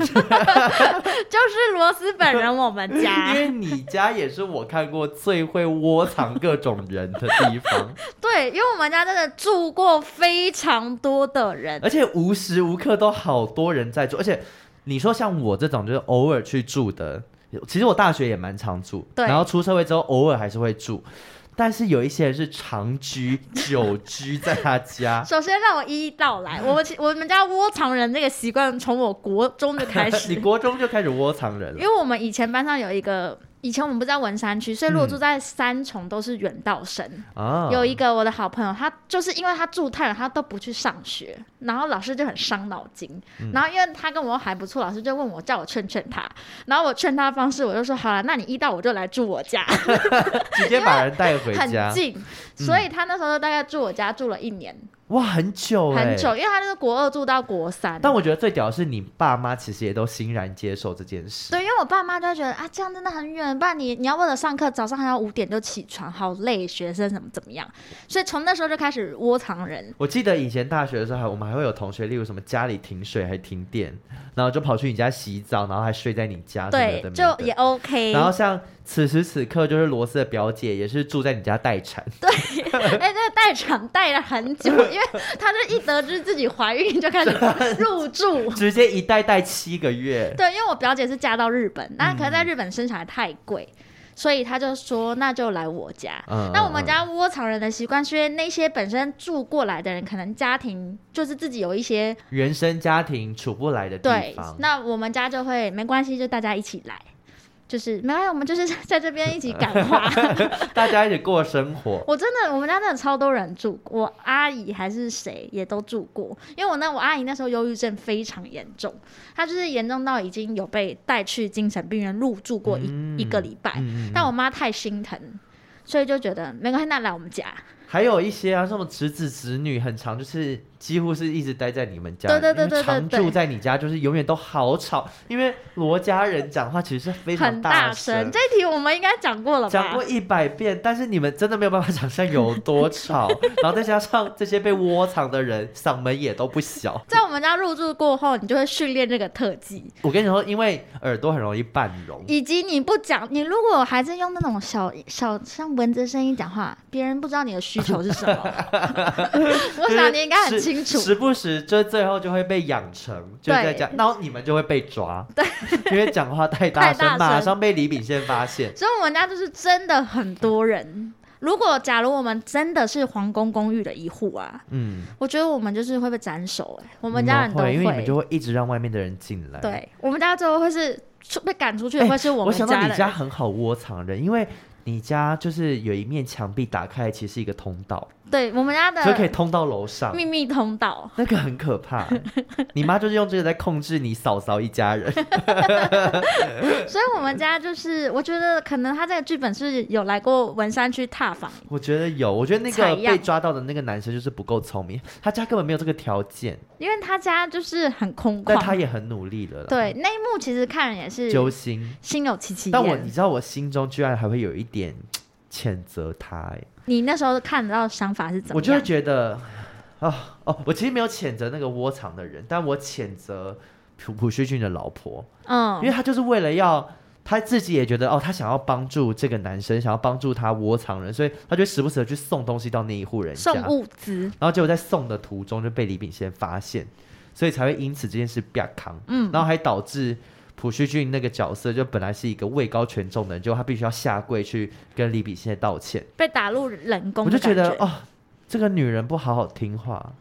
就是罗斯本人，我们因 家。为你家也是我看过最会窝藏各种人的地方，对，因为我们家真的住过非常多的 人，而且无时无刻都好多人在住，而且你说像我这种就是偶尔去住的，其实我大学也蛮常住，对然后出社会之后偶尔还是会住，但是有一些人是长居、久居在他家，首先让我一一道来，我们其我们家窝藏人这个习惯从我国中就 开始 你，国中就开始窝藏人因了，为我们以前班上有一个，以前我们不在文山区，所以如果嗯住在三重都是远道生。啊，有一个我的好朋友，他就是因为他住太远，他都不去上学，然后老师就很伤脑筋。嗯然后因为他跟我还不错，老师就问我叫我劝劝他，然后我劝他的方式，我就说好了，那你一到我就来住我家，直接把人带回很家，嗯近。所以他那时候就大概住我家住了一年，哇，很久、欸，很久，因为他那是国二住到国三。但我觉得最屌的是，你爸妈其实也都欣然接受这件事。对，因为我爸妈就会觉得啊，这样真的很远，不然你你要为了上课，早上还要五点就起床，好累，学生怎么怎么样，所以从那时候就开始窝藏人，我记得以前大学的时候还，我们还会有同学，例如什么家里停水还停电，然后就跑去你家洗澡，然后还睡在你家什么对啊有的，没就的也 OK。然后像此时此刻，就是罗斯的表姐也是住在你家待产，哎， 那个代场带了很久，因为她就一得知自己怀孕就开 始入住。直接一待待七个月。对，因为我表姐是嫁到日本，那可是在嗯日本生小孩太贵，所以她就说那就来我家。嗯那我们家窝藏人的习惯，是因为那些本身住过来的人，可能家庭就是自己有一些嗯原生家庭处不来的地对方，，那我们家就会没关系，就大家一起来，就是没关系，我们就是在这边一起感 化。大家一起过生活。我真的，我们家真的超多人住，我阿姨还是谁也都住过。因为我那我阿姨那时候忧郁症非常严重，她就是严重到已经有被带去精神病院入住过一、嗯一个礼拜，嗯嗯但我妈太心疼，所以就觉得没关系，那来我们家。还有一些啊，什么侄子侄女，很长，就是几乎是一直待在你们家，对对对因为对对常对住在你家，就是永远都好吵，因为罗家人讲话其实是非常很大哎声声，。这一题我们应该讲过了吧？讲过一百遍，但是你们真的没有办法想象有多吵，然后再加上这些被窝藏的人，嗓门也都不小。在我们家入住过后，你就会训练这个特技，我跟你说，因为耳朵很容易半聋，以及你不讲，你如果还是用那种小小像蚊子声音讲话，别人不知道你的需求是 什么。我想你应该很清楚时，时不时就最后就会被养成，就在讲，然后你们就会被抓，对， 因为讲话太大太大声声，马上被李炳宪发现。所以我们家就是真的很多人。如果假如我们真的是皇宫公寓的一户啊，嗯，我觉得我们就是会被斩首哎、我我们家人都因为你们就嗯会一直让外面的人进来。，对，我们家最后会是出被赶出去的，哎会是我们想家到人。你家很好窝藏人，因为你家就是有一面墙壁打开，其实是一个通道，对，我们家所以可以的通到楼上。秘密通道。那个很 可怕，你妈就是用这个在控制你嫂嫂一 家人。所以我们家就是，我觉得可能他这个剧本是有来过文山区踏访，我觉得有，我觉得那采个样被抓到的那个男生就是不够聪明，他家根本没有这个条件，因为他家就是很空但他旷。也很努力了啦。对，那一幕其实看人也是揪心。心有戚戚但我焉你。知道，我心中居然还会有一点谴责他、欸，你那时候看得到想法是怎我么就会样？觉得，啊哦，我其实没有谴责那个窝藏的人，但我谴责朴朴叙俊的老婆，因为嗯，他就是为了要。他自己也觉得哦，他想要帮助这个男生，想要帮助他窝藏人，所以他就时不时的去送东西到那一户人家，送然物资。后结果在送的途中就被李炳宪发现，所以才会因此这件事被扛。嗯，然后还导致朴叙俊那个角色就本来是一个位高权重的人，结果他必须要下跪去跟李炳宪道歉。被打入冷宫我的就感觉觉。得哦，这个女人不好好听话，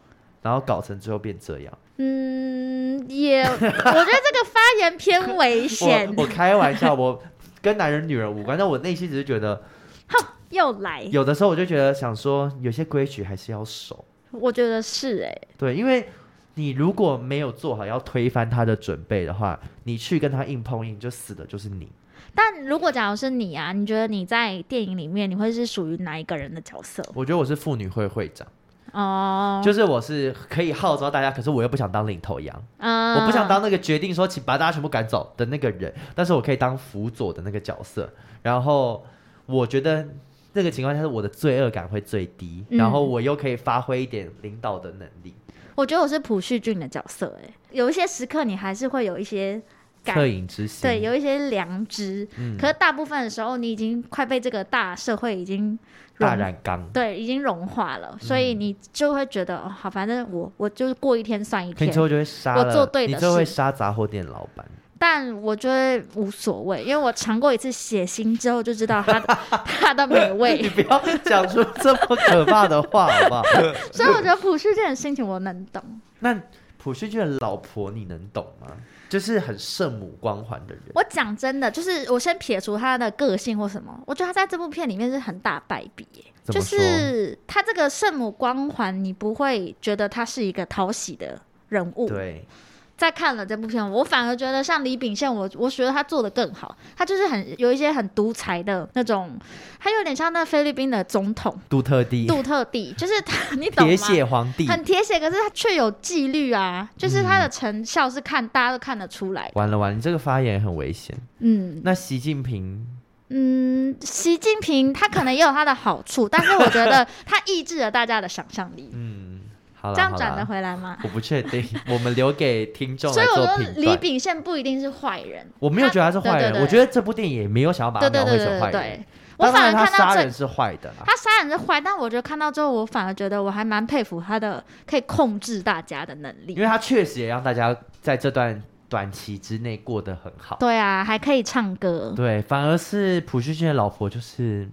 然后搞成最后变这样。嗯， 也我觉得这个发言偏危险我。我开玩笑，我跟男人女人无关，但我内心只是 觉得，又来，有的时候我就觉得想说，有些规矩还是要守。我觉得是哎、对，因为你如果没有做好要推翻他的准备的话，你去跟他硬碰硬，就死的就是你。但如果假如是你啊，你觉得你在电影里面你会是属于哪一个人的角色？我觉得我是妇女会会长，哦，就是我是可以号召大家，可是我又不想当领头羊。嗯，我不想当那个决定说请把大家全部赶走的那个人，但是我可以当辅佐的那个角色。然后我觉得那个情况下是我的罪恶感会最低，嗯然后我又可以发挥一点领导的能力，我觉得我是朴叙俊的角色、哎，有一些时刻你还是会有一些感恻隐之心。对，有一些良知，嗯可是大部分的时候你已经快被这个大社会已经融大染缸。对已经融化嗯了，所以你就会觉得、哦，好，反正我我就是过一天算一可你天最，后就会杀我了，做对的你最后会事杀杂货店老板。但我觉得无所谓，因为我尝过一次血腥之后就知道它 的它的美味 你，不要讲出这么可怕的话，好 不好？所以我觉得朴叙俊的心情我能懂。那朴叙俊的老婆你能懂吗？就是很圣母光环的人。我讲真的，就是我先撇除他的个性或什么，我觉得他在这部片里面是很大败笔耶、怎就么说是他这个圣母光环，你不会觉得他是一个讨喜的人物。对，在看了这部片，我反而觉得像李秉宪，我我觉得他做的更好，他就是很有一些很独裁的那种，他有点像那菲律宾的总统杜特地，杜特地，就是他， 你懂铁吗？血皇帝，很铁血，可是他却有纪律啊，就是他的成效是看、大家都看得出来。完了完了，你这个发言很危险。嗯那习近平，嗯，习近平他可能也有他的好处，但是我觉得他抑制了大家的想象力。嗯，好了，这样好转啦得回来吗？我不确定， 我们留给听众所来以我做说评李断。秉宪不一定是坏人，我没有觉得他是坏对人，对对我觉得这部电影也没有想要把他对对描对绘对成对坏人。对，我当然反而他看到杀这人是坏的啦，他杀人是坏，但我觉得看到之后，我反而觉得我还蛮佩服他的可以控制大家的能因力。为他确实也让大家在这段短期之内过得很好。对啊，还可以唱歌。对，反而是朴叙俊的老婆，就是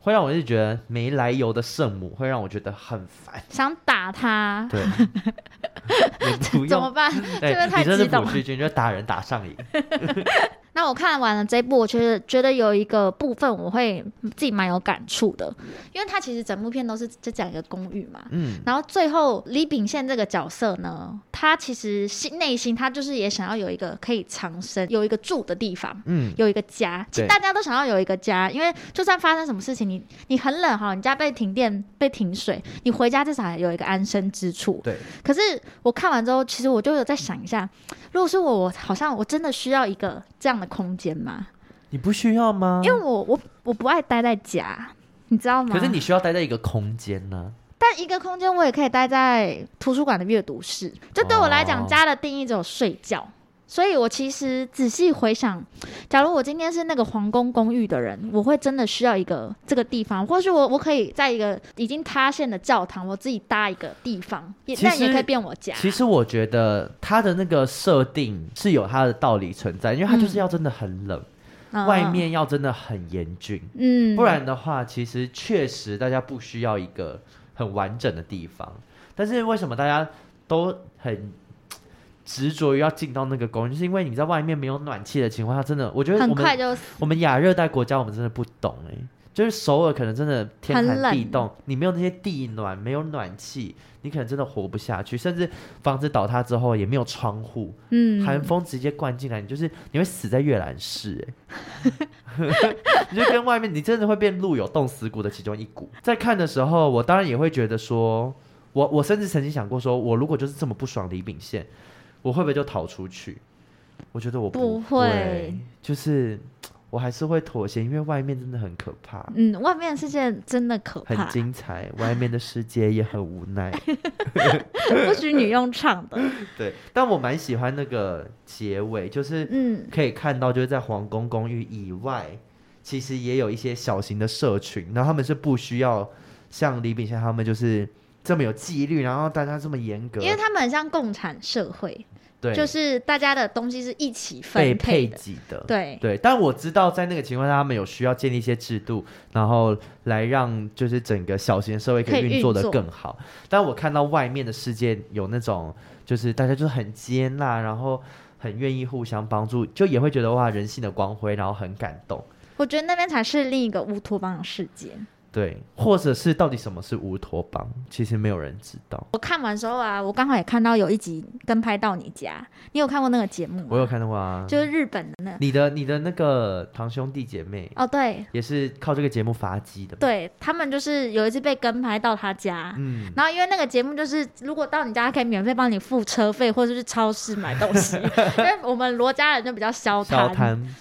会让我一直觉得没来由的圣母，会让我觉得很烦。想打他 对，也不怎么用，办？对这个，太你这是激动朴叙俊，就打人打上瘾。那我看完了这一部，我觉得觉得有一个部分我会自己蛮有感触的，因为他其实整部片都是在讲一个公寓嘛。嗯，然后最后李秉宪这个角色呢，他其实心内心他就是也想要有一个可以藏身、有一个住的地方。嗯，有一个家，其实对大家都想要有一个家，因为就算发生什么事情，你你很冷哈，你家被停电、被停水，你回家至少还有一个安身之处。对，可是我看完之后，其实我就有在想一下，如果是我，我好像我真的需要一个这样的空间吗？你不需要吗？因为我我我不爱待在家，你知道吗？可是，你需要待在一个空间呢、但一个空间我也可以待在图书馆的阅读室，就对我来讲，哦家的定义只有睡觉。所以我其实仔细回想，假如我今天是那个皇宫公寓的人，我会真的需要一个这个地方，或是我我可以在一个已经塌陷的教堂，我自己搭一个地方，也其实但也可以变我家。其实我觉得它的那个设定是有它的道理存在，因为它就是要真的很冷，嗯外，面要真的很严峻，嗯，不然的话，其实确实大家不需要一个很完整的地方。但是为什么大家都很执着于要进到那个公寓？就是因为你在外面没有暖气的情况下，真的，我觉得很我快们就我们亚热带国家，我们真的不懂哎、就是首尔可能真的天很寒地冷冻，你没有那些地暖，没有暖气，你可能真的活不下去。甚至房子倒塌之后也没有窗户，嗯，寒风直接灌进来，你就是你会死在阅览室、哎，欸 你就跟外面，你真的会变路有冻死骨的其中一股。在看的时候，我当然也会觉得说，我我甚至曾经想过说，我如果就是这么不爽李秉宪，我会不会就逃出去？我觉得我不会，会就是我还是会妥协，因为外面真的很可怕。嗯，外面的世界真的可很怕， 精彩，外面的世界也很无 奈。不许你用唱的。对，但我蛮喜欢那个结尾，就是 嗯，可以看到，就是在皇宫公寓以外，其实也有一些小型的社群，然后他们是不需要像李炳宪他们就是这么有纪律，然后大家这么严格，因为他们很像共产社会，对，就是大家的东西是一起被分配配的。给的，对，对。但我知道在那个情况下，他们有需要建立一些制度，然后来让就是整个小型社会可可以以运运作的作更好。但我看到外面的世界有那种就是大家就是很接纳，然后很愿意互相帮助，就也会觉得哇人性的光辉，然后很感动。我觉得那边才是另一个乌托邦的世界。对，或者是到底什么是乌托邦，其实没有人知道。我看完之后啊，我刚好也看到有一集跟拍到你家，你有看过那个节目吗？我有看到啊，嗯就是日本的那你的你的那个堂兄弟姐妹哦，对也是靠这个节目发迹的嘛，对，他们就是有一次被跟拍到他家。嗯，然后因为那个节目就是，如果到你家可以免费帮你付车费，或者是去超市买东 西。因为我们罗家人就比较消小摊，摊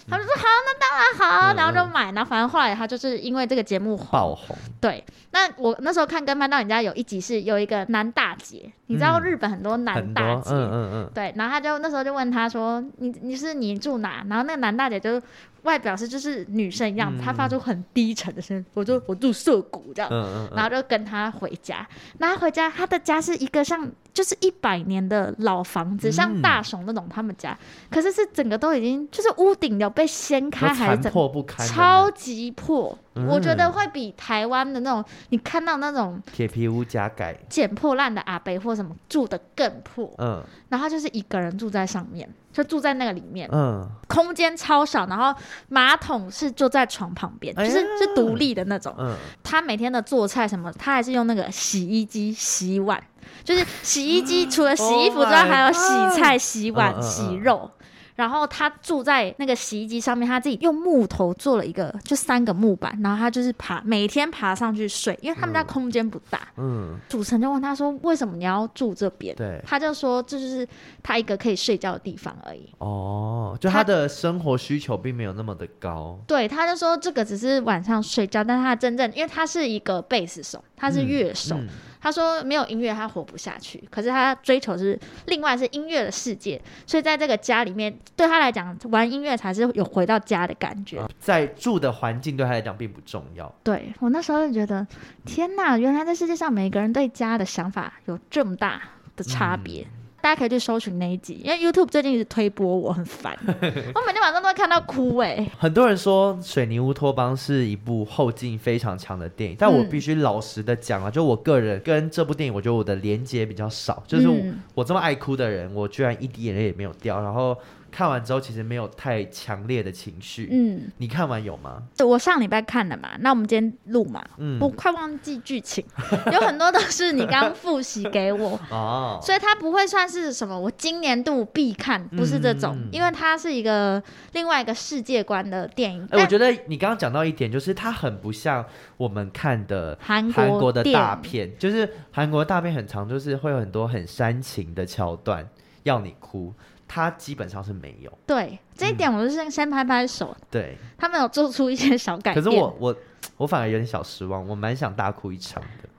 他们嗯说好，那当然好，嗯然后就买。然后反正后来他就是因为这个节目红，爆红，对，那我那时候看《跟班到你家》有一集是有一个男大姐，你知道嗯日本很多男很多，大嗯姐，嗯嗯，对，然后他就那时候就问他说：“你你是你住哪？”然后那个男大姐就外表是就是女生一样，她发出很低沉的声音，我就我住涩谷这样，嗯嗯然嗯，后就跟他回家。然后回家，他的家是一个像就是一百年的老房子，像嗯大雄那种他们家，可是是整个都已经就是屋顶有被掀开都还残是怎么破不堪的那超种，级破，嗯我觉得会比台湾的那种你看到那种铁皮屋加盖，捡破烂的阿伯或什么住的更破，嗯然后他就是一个人住在上面，就住在那个里面，嗯，空间超小，然后马桶是就在床旁边，就哎呀是是独立的那种。嗯，他每天的做菜什么，他还是用那个洗衣机洗碗，就是洗衣机除了洗衣服之外， Oh my 还有洗菜、洗碗、嗯嗯嗯洗肉。然后他住在那个洗衣机上面，他自己用木头做了一个，就三个木板，然后他就是爬，每天爬上去睡，因为他们家嗯空间不大。嗯，主持人就问他说：“为什么你要住这边？”对，他就说：“这就是他一个可以睡觉的地方而已。”哦，就他他的生活需求并没有那么的高，对，他就说这个只是晚上睡觉，但他真正因为他是一个贝斯手，他是嗯乐手，嗯他说没有音乐他活不下去，可是他追求是另外是音乐的世界，所以在这个家里面，对他来讲玩音乐才是有回到家的感觉。啊在住的环境对他来讲并不重要，对我那时候就觉得，天哪，原来这世界上每个人对家的想法有这么大的差嗯别。大家可以去搜寻那一集，因为 YouTube 最近一直推播我，很 烦。我每天晚上都会看到哭哎、很多人说《水泥乌托邦》是一部后劲非常强的电影，但我嗯必须老实的讲啊，就我个人跟这部电影，我觉得我的连接比较少，就是我,、嗯我这么爱哭的人，我居然一滴眼泪也没有掉，然后看完之后其实没有太强烈的情绪。嗯，你看完有吗？我上礼拜看的嘛，那我们今天录嘛，嗯我快忘记剧情，有很多都是你刚复习给我， 哦，所以它不会算是什么我今年度必看，不是这种，嗯因为它是一个另外一个世界观的电影。哎、我觉得你刚刚讲到一点，就是它很不像我们看的韩韩国国的电大片，就是韩国大片很长，就是会有很多很煽情的桥段要你哭，它基本上是没有。对这一嗯点，我就是先拍拍手，对，他们有做出一些小改可变。是我我我反而有点小失望，我蛮想大哭一场的。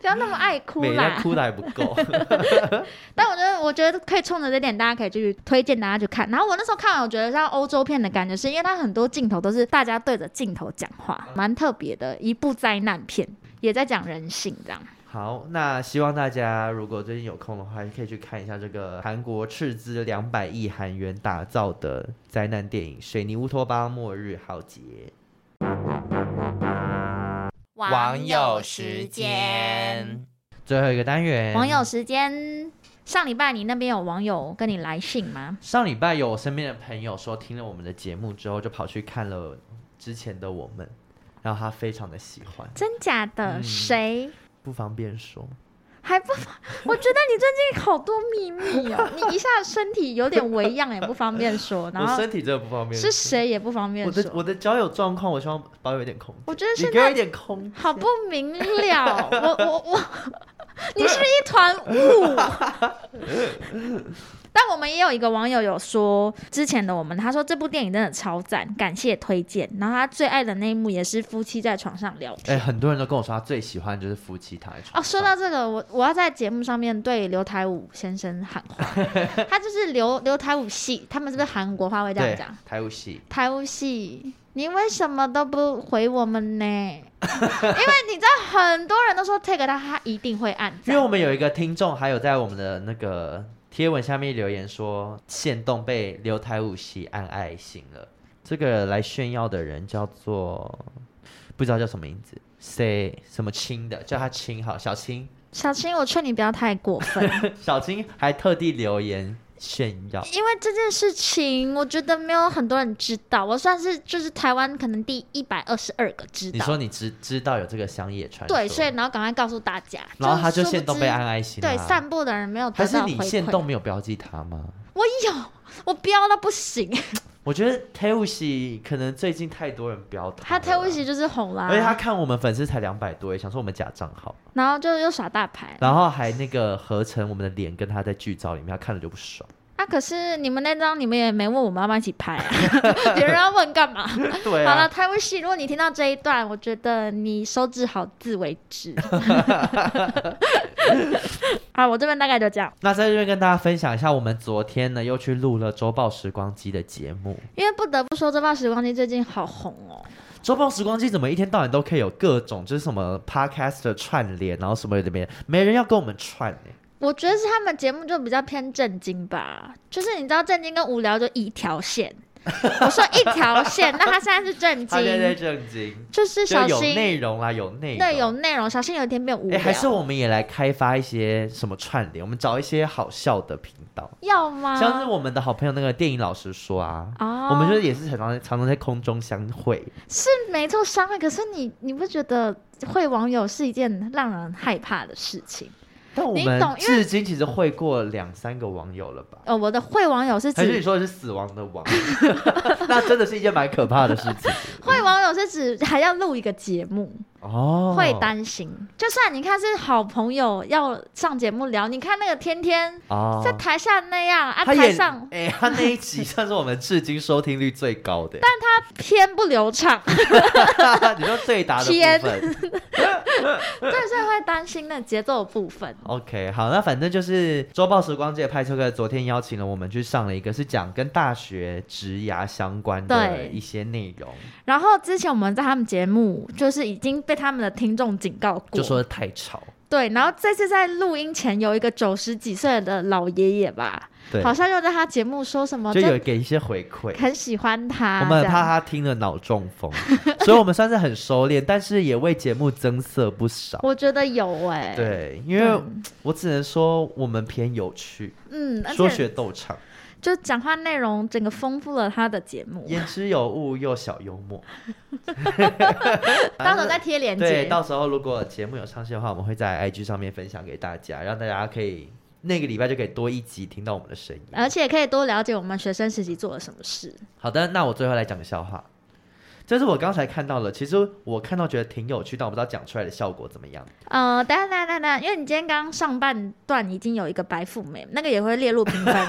不要那么爱哭每啦天。哭的还不 够。 但我觉得，我觉得可以冲着这点，大家可以去推荐大家去看。然后我那时候看完，我觉得像欧洲片的感觉是，因为它很多镜头都是大家对着镜头讲嗯话，蛮特别的一部灾难片，也在讲人性这样。好，那希望大家如果最近有空的话，可以去看一下这个韩国斥资两百亿韩元打造的灾难电影《水泥乌托邦末日浩劫》。网友时间，最后一个单元，网友时间，上礼拜你那边有网友跟你来信吗？上礼拜有我身边的朋友说，听了我们的节目之后，就跑去看了之前的我们，然后他非常的喜欢，真假的？嗯谁？不方便说。还不，我觉得你最近好多秘密 哦，你一下身体有点微恙，也不方便说，然我后身体真的不方便。是？谁也不方便我说的。我的交友状况，我希望保有一点空间。我觉得你现给我在一点空，好不明了，我我我，你是不是一团雾？但我们也有一个网友有说，之前的我们，他说这部电影真的超赞，感谢推荐。然后他最爱的那一幕也是夫妻在床上聊哎、天。很多人都跟我说他最喜欢就是夫妻躺在床哦，上。说到这个，我我要在节目上面对刘台武先生喊话，他就是刘刘台武系，他们是不是韩国话会这样对讲？台舞戏，台务系，你为什么都不回我 们呢？因为你知道很多人都说 take 他，他一定会按因为赞。我们有一个听众，还有在我们的那个贴文下面留言说，线动被刘台武喜按爱心了。这个来炫耀的人叫做不知道叫什么名字，say 什么青的，叫他青好，小青， 小青，我劝你不要太过分，小青还特地留言炫耀。因为这件事情，我觉得没有很多人知道。我算是就是台湾可能第一百二十二个知你道，说你知知道有这个商业传说，对，所以然后赶快告诉大家。然后他就殊不线动知被按爱心、啊，对，散步的人没有得还是到回你线馈。动没有标记他吗？我有，我飙到不行，我觉得 t e u s i 可能最近太多人标他他了 t e 啦 u 就是红啦而，且他看我们粉丝才两百多，也想说我们假账号，然后就又耍大牌。然后还那个合成我们的脸跟他在剧照里面，他看了就不 爽。啊，可是你们那张你们也没问我们要不要一起拍 啊， 别人要问干嘛？对好了，啊，台湾戏，如果你听到这一段，我觉得你手指好自为 之。啊，我这边大概就这样，那在这边跟大家分享一下，我们昨天呢又去录了《周报时光机》的节目。因为不得不说，这把时光机最近好红哦。 《周报时光机》怎么一天到晚都可以有各种就是什么 podcast 的串联，然后什么里面没人要跟我们串、欸、我觉得是他们节目就比较偏正经吧，就是你知道正经跟无聊就一条 线。我说一条线，那他现在是正他现在经，正经，就是就小有心内容啦，啊有内容，对有内容，小心有一天变无哎、聊。还是我们也来开发一些什么串联，我们找一些好笑的频道，要吗？像是我们的好朋友那个电影老师说啊，哦我们就是也是很常在常常在空中相会，是没错，伤害。可是你，你不觉得会网友是一件让人害怕的事情？但我你们懂因为至今其实会过两三个网友了吧？哦，我的会网友是还是你指说的是死亡的亡？ 那真的是一件蛮可怕的事情会网友是指还要录一个节目，哦。 会担心。就算你看是好朋友要上节目聊，你看那个天天哦在，台下那样、啊，他台也上哎、他那一集算是我们至今收听率最高的，偏不流畅，但 你说对答 的天部分。对，所以会担心那节奏的部分。 OK，好，那反正就是《周报时光界》派出课昨天邀请了我们去上了一个是讲跟大学职涯相关的对一些内容，然后之前我们在他们节目就是已经被他们的听众警告过，就说太吵，对，然后这次在录音前有一个九十几岁的老爷爷吧，对，好像又在他节目说什么，就啊有就给一些回馈。很喜欢他，我们很这怕样他听了脑中风， 所以我们算是很收敛，但是也为节目增色不少。我觉得有哎、，对，因为我只能说我们偏有趣，嗯，而说且学逗唱，就讲话内容整个丰富了他的节目，言之有物又小幽默。到时候再贴链呃对，接。到时候如果节目有上线的话，我们会在 IG 上面分享给大家，让大家可以那个礼拜就可以多一集听到我们的声音。而且可以多了解我们学生时期做了什么事。好的，那我最后来讲个笑话，这是我刚才看到了，其实我看到觉得挺有趣，但我不知道讲出来的效果怎么样。呃，等一下等一下等一下，因为你今天刚上半段已经有一个白富美，那个也会列入评 分，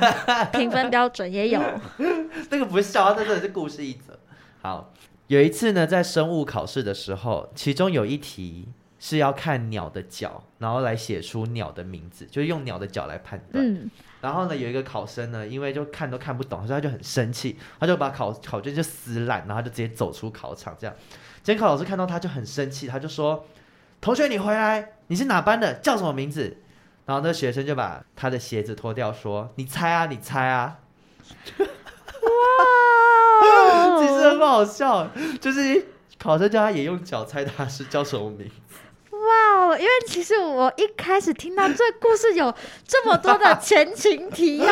评分标准也有。那个不是笑话，那真的是故事一则。好，有一次呢，在生物考试的时候，其中有一题是要看鸟的脚，然后来写出鸟的名字，就是用鸟的脚来判断。嗯，然后呢，有一个考生呢，因为就看都看不懂，所以他就很生气，他就把考考卷就撕烂，然后他就直接走出考场。这样，监考老师看到他就很生气，他就说：“同学，你回来，你是哪班的？叫什么名字？”然后那学生就把他的鞋子脱掉，说：“你猜啊，你猜啊。”哦其实很好笑，就是考生叫他也用脚猜他是叫什么名。哇哦！因为其实我一开始听到这故事有这么多的前情提 要，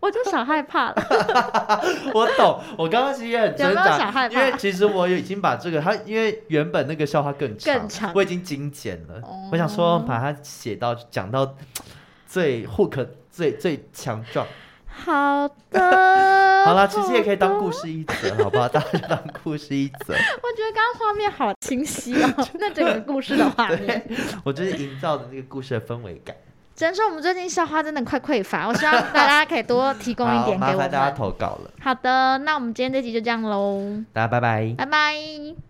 我就小害怕了。 我懂，我刚刚其实也很挣有没有小扎，害因怕为其实我已经把这个，他因为原本那个笑话更长，更长我已经精简了，哦我想说把它写到讲到最 hook 最最强壮。好的，好啦，其实也可以当好故的。事一则，好 不好？大家就当故事一则。我觉得刚刚画面好清晰 哦，那整个故事的画面对。，我就是营造的那个故事的氛围感。只能说我们最近校花真的快匮乏，我希望大家可以多提供一好，点给麻我烦大家们。投稿了，好的，那我们今天这集就这样喽，大家拜拜。拜拜。